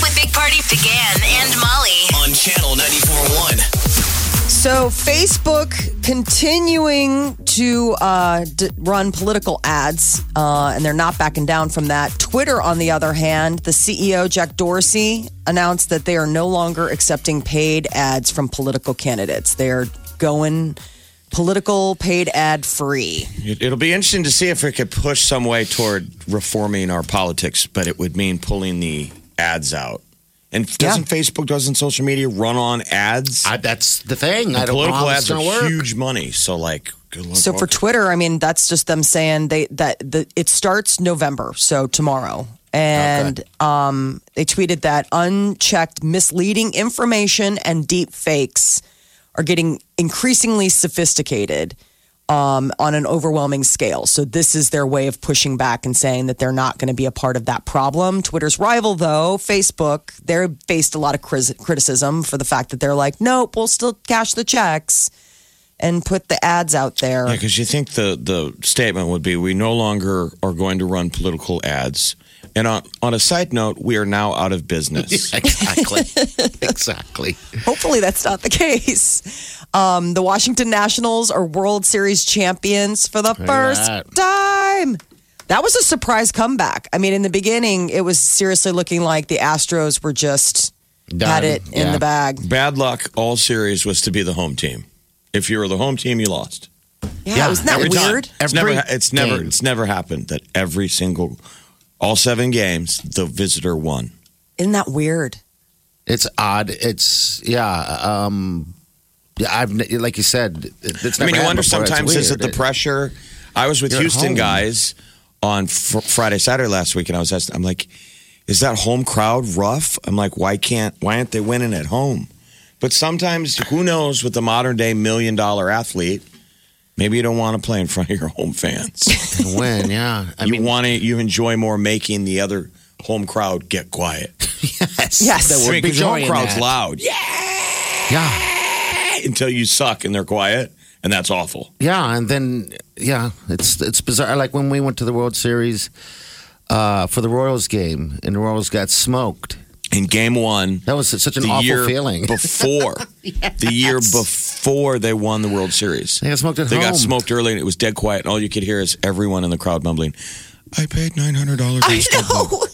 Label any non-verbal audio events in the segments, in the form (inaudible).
with Big Party began and Molly. on channel 94.1. So Facebook continuing to uh, d- run political ads, uh, and they're not backing down from that. Twitter, on the other hand, the CEO Jack Dorsey announced that they are no longer accepting paid ads from political candidates. They are going political paid ad free. It- It'll be interesting to see if it could push some way toward reforming our politics, but it would mean pulling the ads out. And doesn't Facebook, doesn't social media run on ads? I, that's the thing. I don't know Political how it's ads are going to work. huge money, so like, good luck. So for Walker. Twitter, I mean, that's just them saying they that the, it starts November, so tomorrow. And um, they tweeted that unchecked misleading information and deep fakes are getting increasingly sophisticated um, on an overwhelming scale. So this is their way of pushing back and saying that they're not going to be a part of that problem. Twitter's rival, though, Facebook, they're faced a lot of cris- criticism for the fact that they're like, nope, we'll still cash the checks and put the ads out there. Yeah, because you think the the statement would be, we no longer are going to run political ads. And on, on a side note, we are now out (laughs) of business. (laughs) Exactly. exactly. Hopefully, that's not the (laughs) case. Um, the Washington Nationals are World Series champions for the first that. time. That was a surprise comeback. I mean, in the beginning, it was seriously looking like the Astros were just had Done, it in yeah. the bag. Bad luck. All series was to be the home team. If you were the home team, you lost. Yeah, Yeah, wasn't that every time. weird? It's Every never. It's never. game. It's never happened that every single, all seven games, the visitor won. Isn't that weird? It's odd. It's yeah. Um, yeah, I've n- like you said. it- It's I mean, never you happened wonder before. It's sometimes is it weird. the pressure? I was with You're at Houston home. guys on fr- Friday, Saturday last week, and I was asking, I'm like, is that home crowd rough? I'm like, why can't? Why aren't they winning at home? But sometimes, who knows? With the modern day million dollar athlete, maybe you don't want to play in front of your home fans. Can win. (laughs) Yeah. (laughs) I you mean, want to. You enjoy more making the other home crowd (laughs) get quiet. yes. Yes. There (laughs) would I mean, be 'cause your joy home in crowd's that. loud. Yeah. Yeah. until you suck and they're quiet, and that's awful. Yeah. And then yeah, it's it's bizarre. Like when we went to the World Series uh, for the Royals game, and the Royals got smoked. In game one, That was such an the awful year feeling. (laughs) before the year before they won the World Series, They got smoked at they got home. smoked early, and it was dead quiet, and all you could hear is everyone in the crowd mumbling. I paid nine hundred dollars. I know.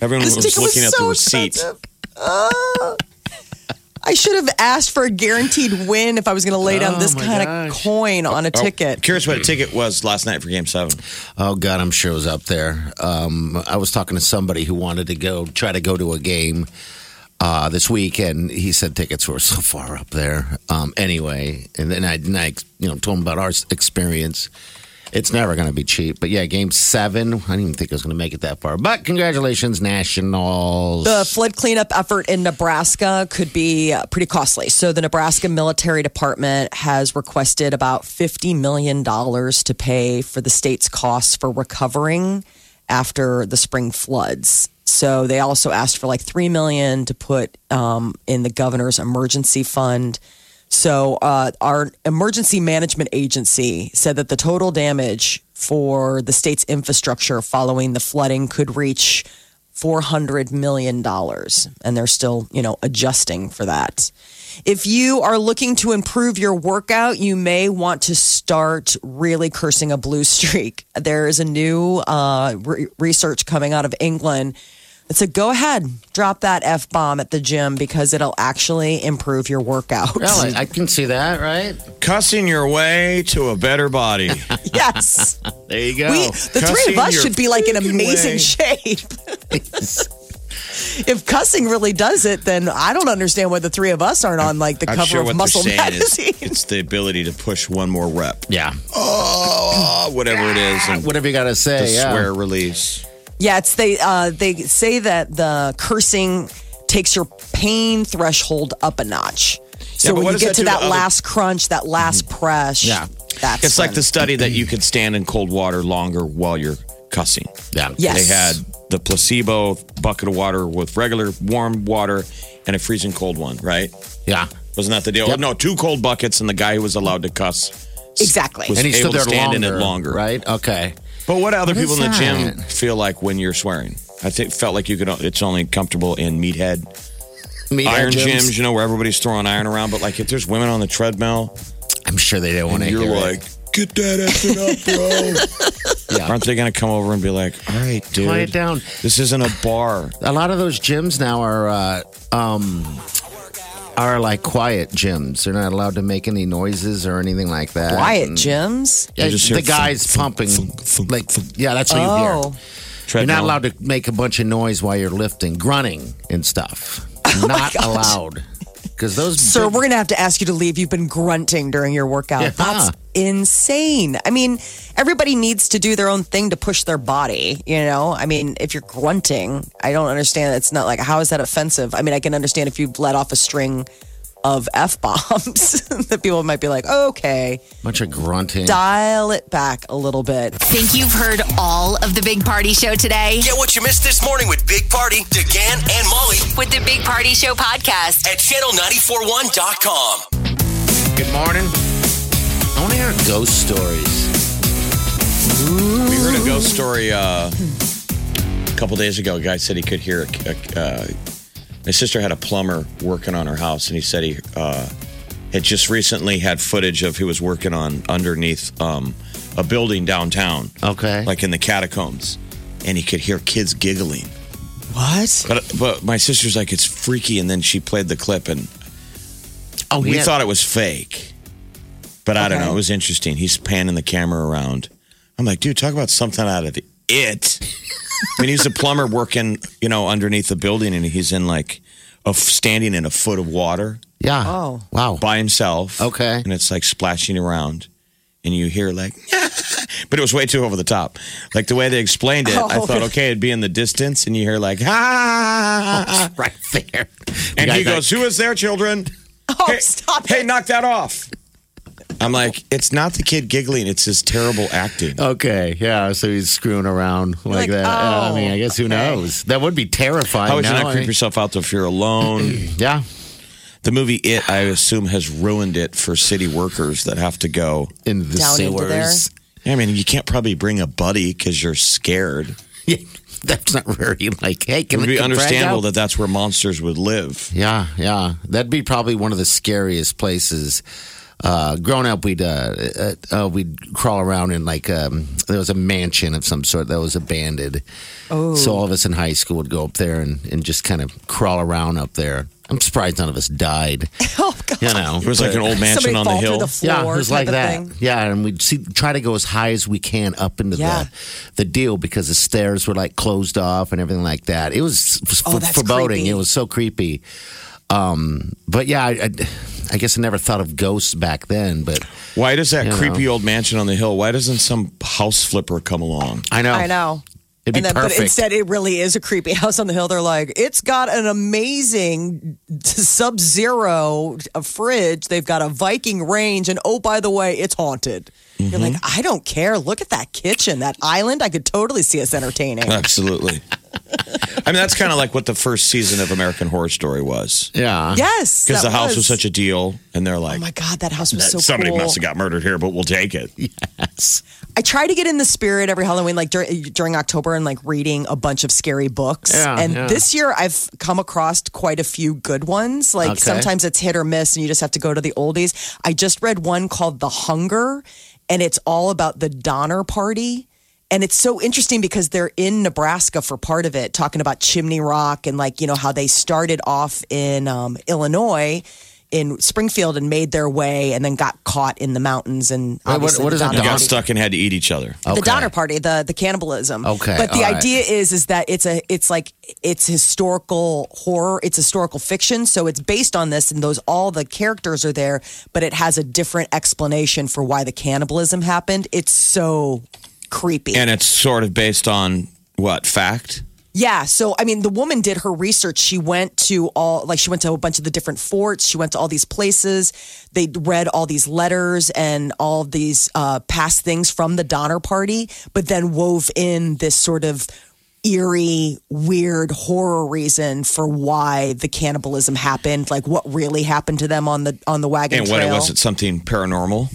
Everyone was ticket looking was at so the receipt. expensive. Uh, (laughs) I should have asked for a guaranteed win if I was going to lay down Oh, this my kind of gosh. coin on a Oh, ticket. Curious what a ticket was last night for Game Seven. Oh God, I'm sure it was up there. Um, I was talking to somebody who wanted to go try to go to a game uh, this week, and he said tickets were (laughs) so far up there. Um, anyway, and then I, and I, you know, told him about our s- experience. It's never going to be cheap, but yeah, Game Seven. I didn't even think I was going to make it that far, but congratulations, Nationals. The flood cleanup effort in Nebraska could be uh, pretty costly. So, the Nebraska Military Department has requested about $50 million to pay for the state's costs for recovering after the spring floods. So, they also asked for like $3 million to put um, in the governor's emergency fund. So, uh, our emergency management agency said that the total damage for the state's infrastructure following the flooding could reach $400 million. And they're still, you know, adjusting for that. If you are looking to improve your workout, you may want to start really cursing a blue streak. (laughs) There is a new uh, re- research coming out of England that said go ahead, drop that F bomb at the gym because it'll actually improve your workout. Well, I, I can see that, right? Cussing your way to a better body. (laughs) (laughs) yes. There you go. We, the three Oh. cussing of us your should be like in freaking amazing way. shape. if cussing really does it, then I don't understand why the three of us aren't on like the I'm cover sure of what Muscle they're saying is Magazine. (laughs) it's the ability to push one (laughs) more rep. (laughs) yeah, Oh, whatever it is, and whatever you got to say. (laughs) the yeah. swear release. Yeah, it's they uh, they say that the cursing takes your pain threshold up a notch. So Yeah, but when you what does get that to do to that other- Mm-hmm. last crunch, that last press, Yeah. that's It's like when- the study that you could stand in cold water longer while you're cussing. Yeah. Yes. They had the placebo bucket of water with regular warm water and a freezing cold one, right? Yeah. Wasn't that the deal? Yep. No, two cold buckets, and the guy who was allowed to cuss exactly. was- And he able stood to there stand in longer, it longer. Right? Okay. But what do other What people in the is gym that? feel like when you're swearing? I think felt like you could. It's only comfortable in meathead, Meathead iron gyms. gyms. you know, where everybody's throwing iron around. But like, if there's women on the treadmill, I'm sure they don't want to you're hear like, get that (laughs) effing up, bro. Yeah. Aren't they gonna come over and be like, all right, dude, Quiet down. This isn't a bar. it. A lot of those gyms now are uh, um, are like quiet gyms. They're not allowed to make any noises or anything like that. Quiet And- gyms. Yeah, You just hear the guys thunk, pumping. thunk, thunk, like, thunk. yeah, that's what you hear. Oh, Treadmill. You're not allowed to make a bunch of noise while you're lifting, grunting and (laughs) stuff. Oh not allowed. Because those. sir, we're gonna have to ask you to leave. You've been grunting during your workout. Yeah. That's insane. I mean, everybody needs to do their own thing to push their body. You know, I mean, if you're grunting, I don't understand. It's not like how is that offensive? I mean, I can understand if you've let off a string of f bombs (laughs) that people might be like, okay, bunch of grunting. dial it back a little bit. (laughs) Think you've heard all of the Big Party Show today? Get what you missed this morning with Big Party, DeGan, and Molly With the Big Party Show podcast. at channel941.com. Good morning. I want to hear ghost stories. We heard a ghost story uh, a couple days ago. A guy said he could hear. A, a, uh, my sister had a plumber working on her house, and he said he uh, had just recently had footage of he was working on underneath um, a building downtown, Okay. like in the catacombs, and he could hear kids giggling. What? But but my sister's like it's freaky, and then she played the clip, and oh, we yeah. thought it was fake. But I don't know. It was interesting. He's panning the camera around. I'm like, dude, talk about something out of it. I mean, he's a plumber working, you know, underneath the building, and he's in like, a f- standing in a foot of water Yeah. Oh. Wow. by himself. Okay. And it's like splashing around, and you hear like, (laughs) but it was way too over the top. Like the way they explained it, I Oh. thought, okay, it'd be in the distance, and you hear like, ah. (laughs) right there. And The he guy- goes, Who is there, children? Oh, hey, stop Hey, it. knock that off. I'm like, It's not the kid giggling, it's his terrible acting. Okay, yeah. So he's screwing around like, like, that. Yeah, I oh, mean, I guess who knows? That would be terrifying. How would you no? not creep I- yourself out though if (clears throat) you're alone? Yeah, the movie It, I assume, has ruined it for city workers that have to go. in the Down into there. sewers. (laughs) I mean, you can't probably bring a buddy because you're scared. Yeah, that's not very like. Hey, It can would we be can Brad understandable go? that that's where monsters would live. Yeah, yeah. That'd be probably one of the scariest places. Uh, grown up, we'd uh, uh, uh, we'd crawl around in like um, there was a mansion of some sort that was abandoned. Oh, so all of us in high school would go up there and, and just kind of crawl around up there. I'm surprised none of us died. Oh God. You know, It was like an old mansion Somebody on the fall hill. through the floor. yeah, it was type like of that. thing. Yeah, and we'd see, try to go as high as we can up into Yeah. the the deal because the stairs were like closed off and everything like that. It was f- Oh, f- that's foreboding. creepy. It was so creepy. Um, but yeah, I, I, I guess I never thought of ghosts back then. But Why does that You creepy old mansion on the hill? Why doesn't some house flipper come along? I know, I know. it'd be and then, perfect. But instead, it really is a creepy (laughs) house on the hill. They're like, it's got an amazing sub zero fridge. They've got a Viking range. And oh, by the way, it's haunted. You're like, Mm-hmm. I don't care. Look at that kitchen, that island. I could totally see us (laughs) entertaining. Absolutely. (laughs) I mean, that's kind of like what the first season of American Horror Story was. yeah, yes. Because that the house was. such a deal, and they're Oh like, my God, that house was so somebody cool. must have got murdered here, but we'll take it. I try to get in the spirit every Halloween, like dur- during October, and like reading a bunch of scary books. Yeah, and yeah. this year, I've come across quite a few good ones. Like Okay. sometimes it's hit or miss, and you just have to go to the oldies. I just read one called The Hunger, and it's all about the Donner Party. And it's so interesting because they're in Nebraska for part of it, talking about Chimney Rock and like, you know, how they started off in um, Illinois in Springfield and made their way and then got caught in the mountains. And Wait, what- obviously what the is that Donner They got Party- stuck and had to eat each other. the Okay. Donner Party, the the cannibalism. Okay, but the all right. idea is is that it's a it's like it's historical horror, it's historical fiction, so it's based on this, and those all the characters are there, but it has a different explanation for why the cannibalism happened. It's so creepy. And it's sort of based on what fact? Yeah. So, I mean, the woman did her research. She went to all, like, she went to a bunch of the different forts. She went to all these places. They read all these letters and all these uh, past things from the Donner Party, but then wove in this sort of eerie, weird horror reason for why the cannibalism happened, like what really happened to them on the on the wagon And trail. what it was, it something paranormal.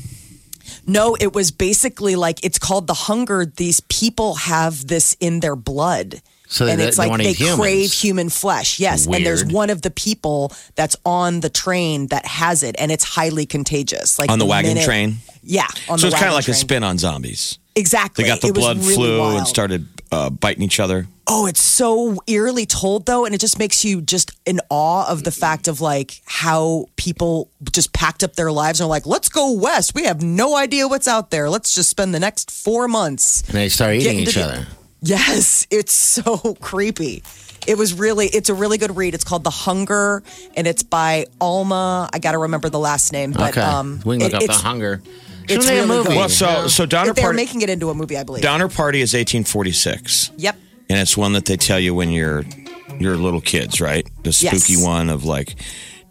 No, it was basically like it's called the hunger. These people have this in their blood. So they- and it's they like wanna they eat humans. crave human flesh. Yes. And there's Weird. one of the people that's on the train that has it and it's highly contagious. Like On the wagon minute- train? Yeah. On So the it's wagon kind of like a train. spin on zombies. Exactly. They got the It was blood really flu and wild. started uh, biting each other. Oh, it's so eerily told though, and it just makes you just in awe of the fact of like how people just packed up their lives and are like, let's go west. We have no idea what's out there. Let's just spend the next four months (laughs) And they start eating getting each to the- other. Yes, it's so (laughs) creepy. It was really, it's a really good read. It's called The Hunger, and it's by Alma. I got to remember the last name, but okay. um, we can it- look up it's- the hunger. it's Shouldn't they really move good. it? Well, so so Donner They're Party, making it into a movie, I believe. Donner Party is 1846. Yep. and it's one that they tell you when you're you're little kids, right? The Yes. spooky one of like,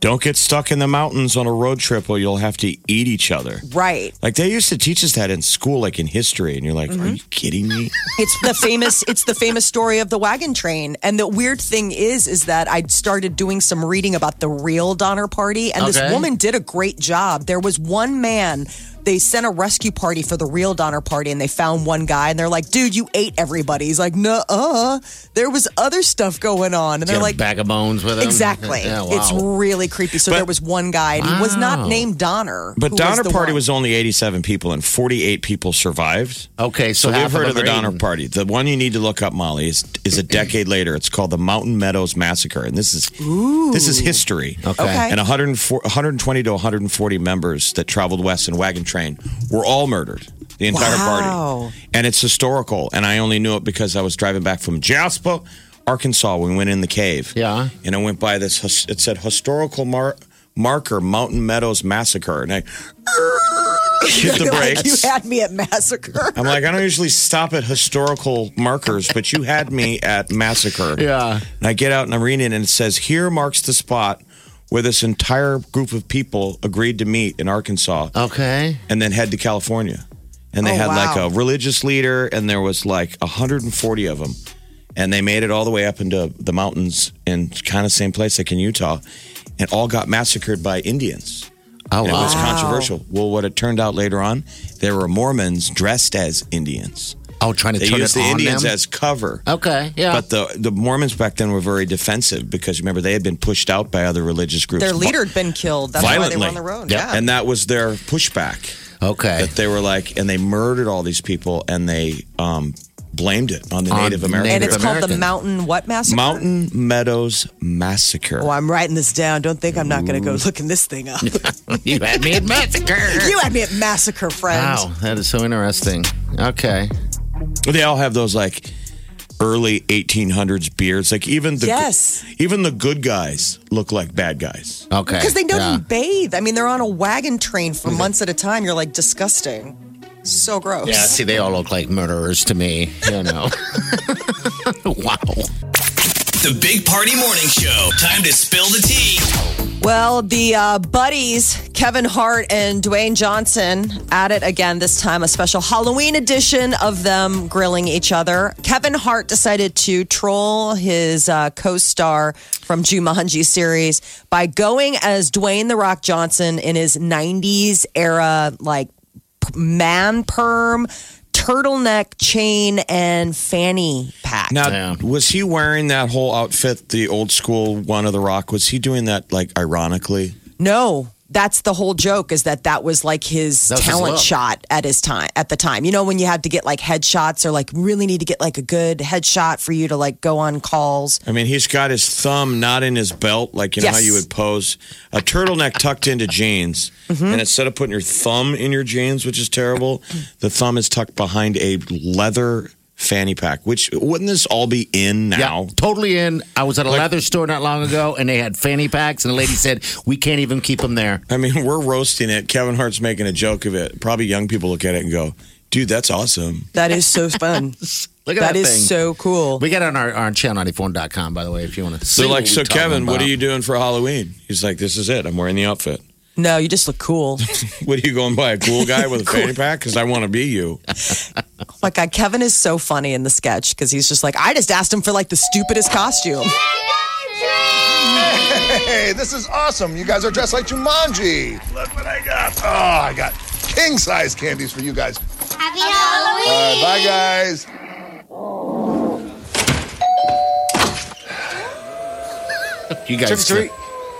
don't get stuck in the mountains on a road trip or you'll have to eat each other. Right. Like they used to teach us that in school, like in history, and you're like, are Mm-hmm. you kidding (laughs) me? It's the famous it's the famous story of the wagon train. And the weird thing is is that I started doing some reading about the real Donner Party and this Okay. woman did a great job. There was one man they sent a rescue party for the real Donner Party and they found one guy and they're like, dude, you ate everybody. He's like, nuh-uh. There was other stuff going on. And they're Get a like bag of bones with them. (laughs) (laughs) Exactly. Yeah, wow. It's really creepy. So But- there was one guy and he was not Wow. named Donner. But who Donner the Party one. (laughs) was only 87 people, and 48 people survived. okay. So, So half we've heard of the them are Donner eating. Party. The one you need to look up, Molly, is is a decade later. It's called the Mountain Meadows Massacre, and this is this is history. Okay. and 104 120 to 140 members that traveled west in wagon train were all murdered. The entire Wow. party, and it's historical. And I only knew it because I was driving back from Jasper, Arkansas. We went in the cave. Yeah. and I went by this. his- It said historical mar- marker Mountain Meadows Massacre, and I (laughs) (laughs) hit the Like, brakes. you had me at massacre. I'm like, I don't usually stop at historical markers, but you had me at massacre. Yeah. And I get out and I'm reading it, and it says, Here marks the spot where this entire group of people agreed to meet in Arkansas Okay. and then head to California. And they Oh, had like wow. a religious leader, and there was like 140 of them. And they made it all the way up into the mountains in kind of same place like in Utah, and all got massacred by Indians. Oh, And it was wow. controversial. Well, what it turned out later on, there were Mormons dressed as Indians. Oh, trying to They turn used it the on Indians them? as cover. Oh, Okay. Yeah. But the the Mormons back then were very defensive because remember they had been pushed out by other religious groups. Their vi- leader had been killed. That's why they violently. were on the road. Yeah. And that was their pushback. okay. (laughs) That they were like, and they murdered all these people, and they um, blamed it on the On Native Americans. and Native it's called the American. Mountain What Massacre? Mountain Meadows Massacre. Oh, I'm writing this down. Don't think I'm not going to go looking this thing up. you had me at massacre. you had me at massacre, (laughs) friend. Wow, that is so interesting. Okay. They all have those like early 1800s beards. Like even the Yes. even the good guys look like bad guys. Okay. Because they don't Yeah. even bathe. I mean, they're on a wagon train for months at a time. You're like disgusting. So gross. Yeah, see, they all look like murderers to me, you (laughs) know. (laughs) wow. The Big Party Morning Show. Time to spill the tea. Well, the uh, buddies, Kevin Hart and Dwayne Johnson, at it again, this time a special Halloween edition of them grilling each other. Kevin Hart decided to troll his uh, co star from Jumanji series by going as Dwayne The Rock Johnson in his 90s era, like p- man perm, turtleneck chain, and fanny pack. Now, Yeah. was he wearing that whole outfit, the old school one of the Rock? Was he doing that like ironically? No, that's the whole joke is that that was like his That was his talent look. shot at his time at the time. You know when you had to get like headshots or like really need to get like a good headshot for you to like go on calls. I mean, he's got his thumb not in his belt, like you know Yes. how you would pose a turtleneck tucked into jeans, Mm-hmm. and instead of putting your thumb in your jeans, which is terrible, the thumb is tucked behind a leather fanny pack. Which wouldn't this all be in now? Yeah, totally in. I was at a leather store not long ago, and they had fanny packs, and the lady said, we can't even keep them there. I mean, (laughs) we're roasting it. Kevin Hart's making a joke of it. Probably young people look at it and go, "Dude, that's awesome." That is so fun. (laughs) Look at That that, is thing. so cool. We got it on our, our channel94.com, by the way, if you want to see. They're like, what so we're talking Kevin, what about." are you doing for Halloween? He's like, this is it. I'm wearing the outfit. (laughs) No, you just look cool. (laughs) What are you going by? A cool guy with a fanny pack? Because I want to be you. Oh my God, Kevin is so funny in the sketch because he's just like, I just asked him for like the stupidest costume. Hey, this is awesome. You guys are dressed like Jumanji. Look what I got. Oh, I got king size candies for you guys. Happy Halloween! All right, bye, guys. You guys.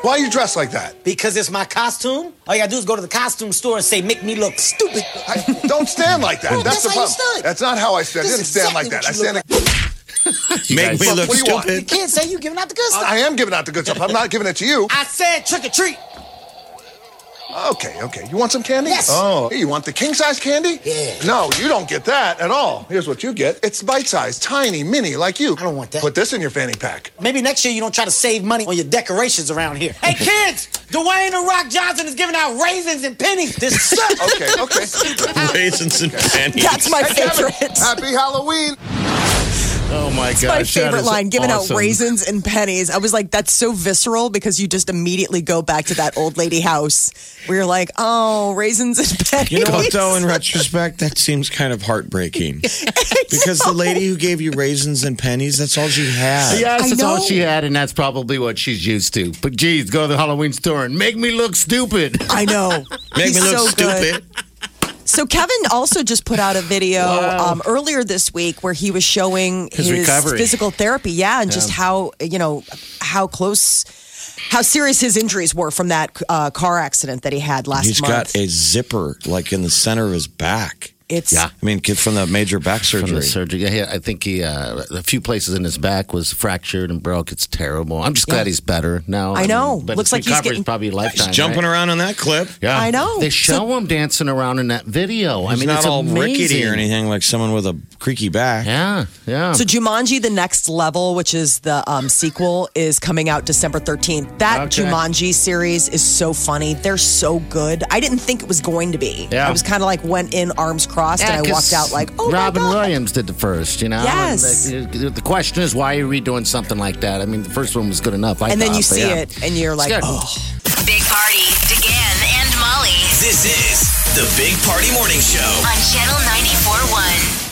Why are you dressed like that? Because it's my costume. All you gotta do is go to the costume store and say, "Make me look stupid." I don't stand like that. Well, that's, that's the how you problem. stood. That's not how I stood. I This didn't is stand like exactly that. I what you stand. Like, Make guys- me look What do you want? You (laughs) stupid. can't say you giving out the good stuff. I am giving out the good stuff. I'm not giving it to you. I said trick or treat. Okay, okay. You want some candy? Yes. Oh, you want the king size candy? Yeah. No, you don't get that at all. Here's what you get. It's bite sized, tiny, mini, like you. I don't want that. Put this in your fanny pack. Maybe next year you don't try to save money on your decorations around here. Hey kids, Dwayne the Rock Johnson is giving out raisins and pennies. (laughs) This sucks. Okay, (laughs) okay. Raisins and pennies. That's my favorite. Happy Halloween. Oh my gosh. uh, my that favorite is line, giving awesome. out raisins and pennies. I was like, that's so visceral because you just immediately go back to that old lady house where you're like, oh, raisins and (laughs) pennies. You know what, though, in retrospect, that seems kind of heartbreaking. Because the lady who gave you raisins and pennies, that's all she had. Yes, I that's all know. she had, and that's probably what she's used to. But geez, go to the Halloween store and make me look stupid. I know. (laughs) Make He's me look so good. stupid. So Kevin also just put out a video um, earlier this week where he was showing his, His recovery. physical therapy, yeah, and just how you know how close, how serious his injuries were from that uh, car accident that he had last He's month. got a zipper like in the center of his back. it's Yeah. I mean, kid from the major back From surgery. the surgery, yeah, he- I think he uh, a few places in his back was fractured and broke. It's terrible. I'm just glad he's better now. I know. but Looks his like he's recovery's getting- probably lifetime. He's jumping right? around on that clip. Yeah, I know. They show So- him dancing around in that video. I He's mean, not it's all amazing. rickety or anything like someone with a creaky back. Yeah, yeah. So Jumanji: The Next Level, which is the um, sequel, is coming out December thirteenth. That Okay. Jumanji series is so funny. They're so good. I didn't think it was going to be. Yeah. I was kind of like went in arms crossed, Yeah, and I 'cause walked out like, oh Robin my god. Williams did the first, you know. and Yes. The, the question is, why are we doing something like that? I mean, the first one was good enough. I And then you thought, but see yeah. it, and you're like, good. oh. Big Party, DeGan and Molly This is the Big Party Morning Show. on Channel 94.1.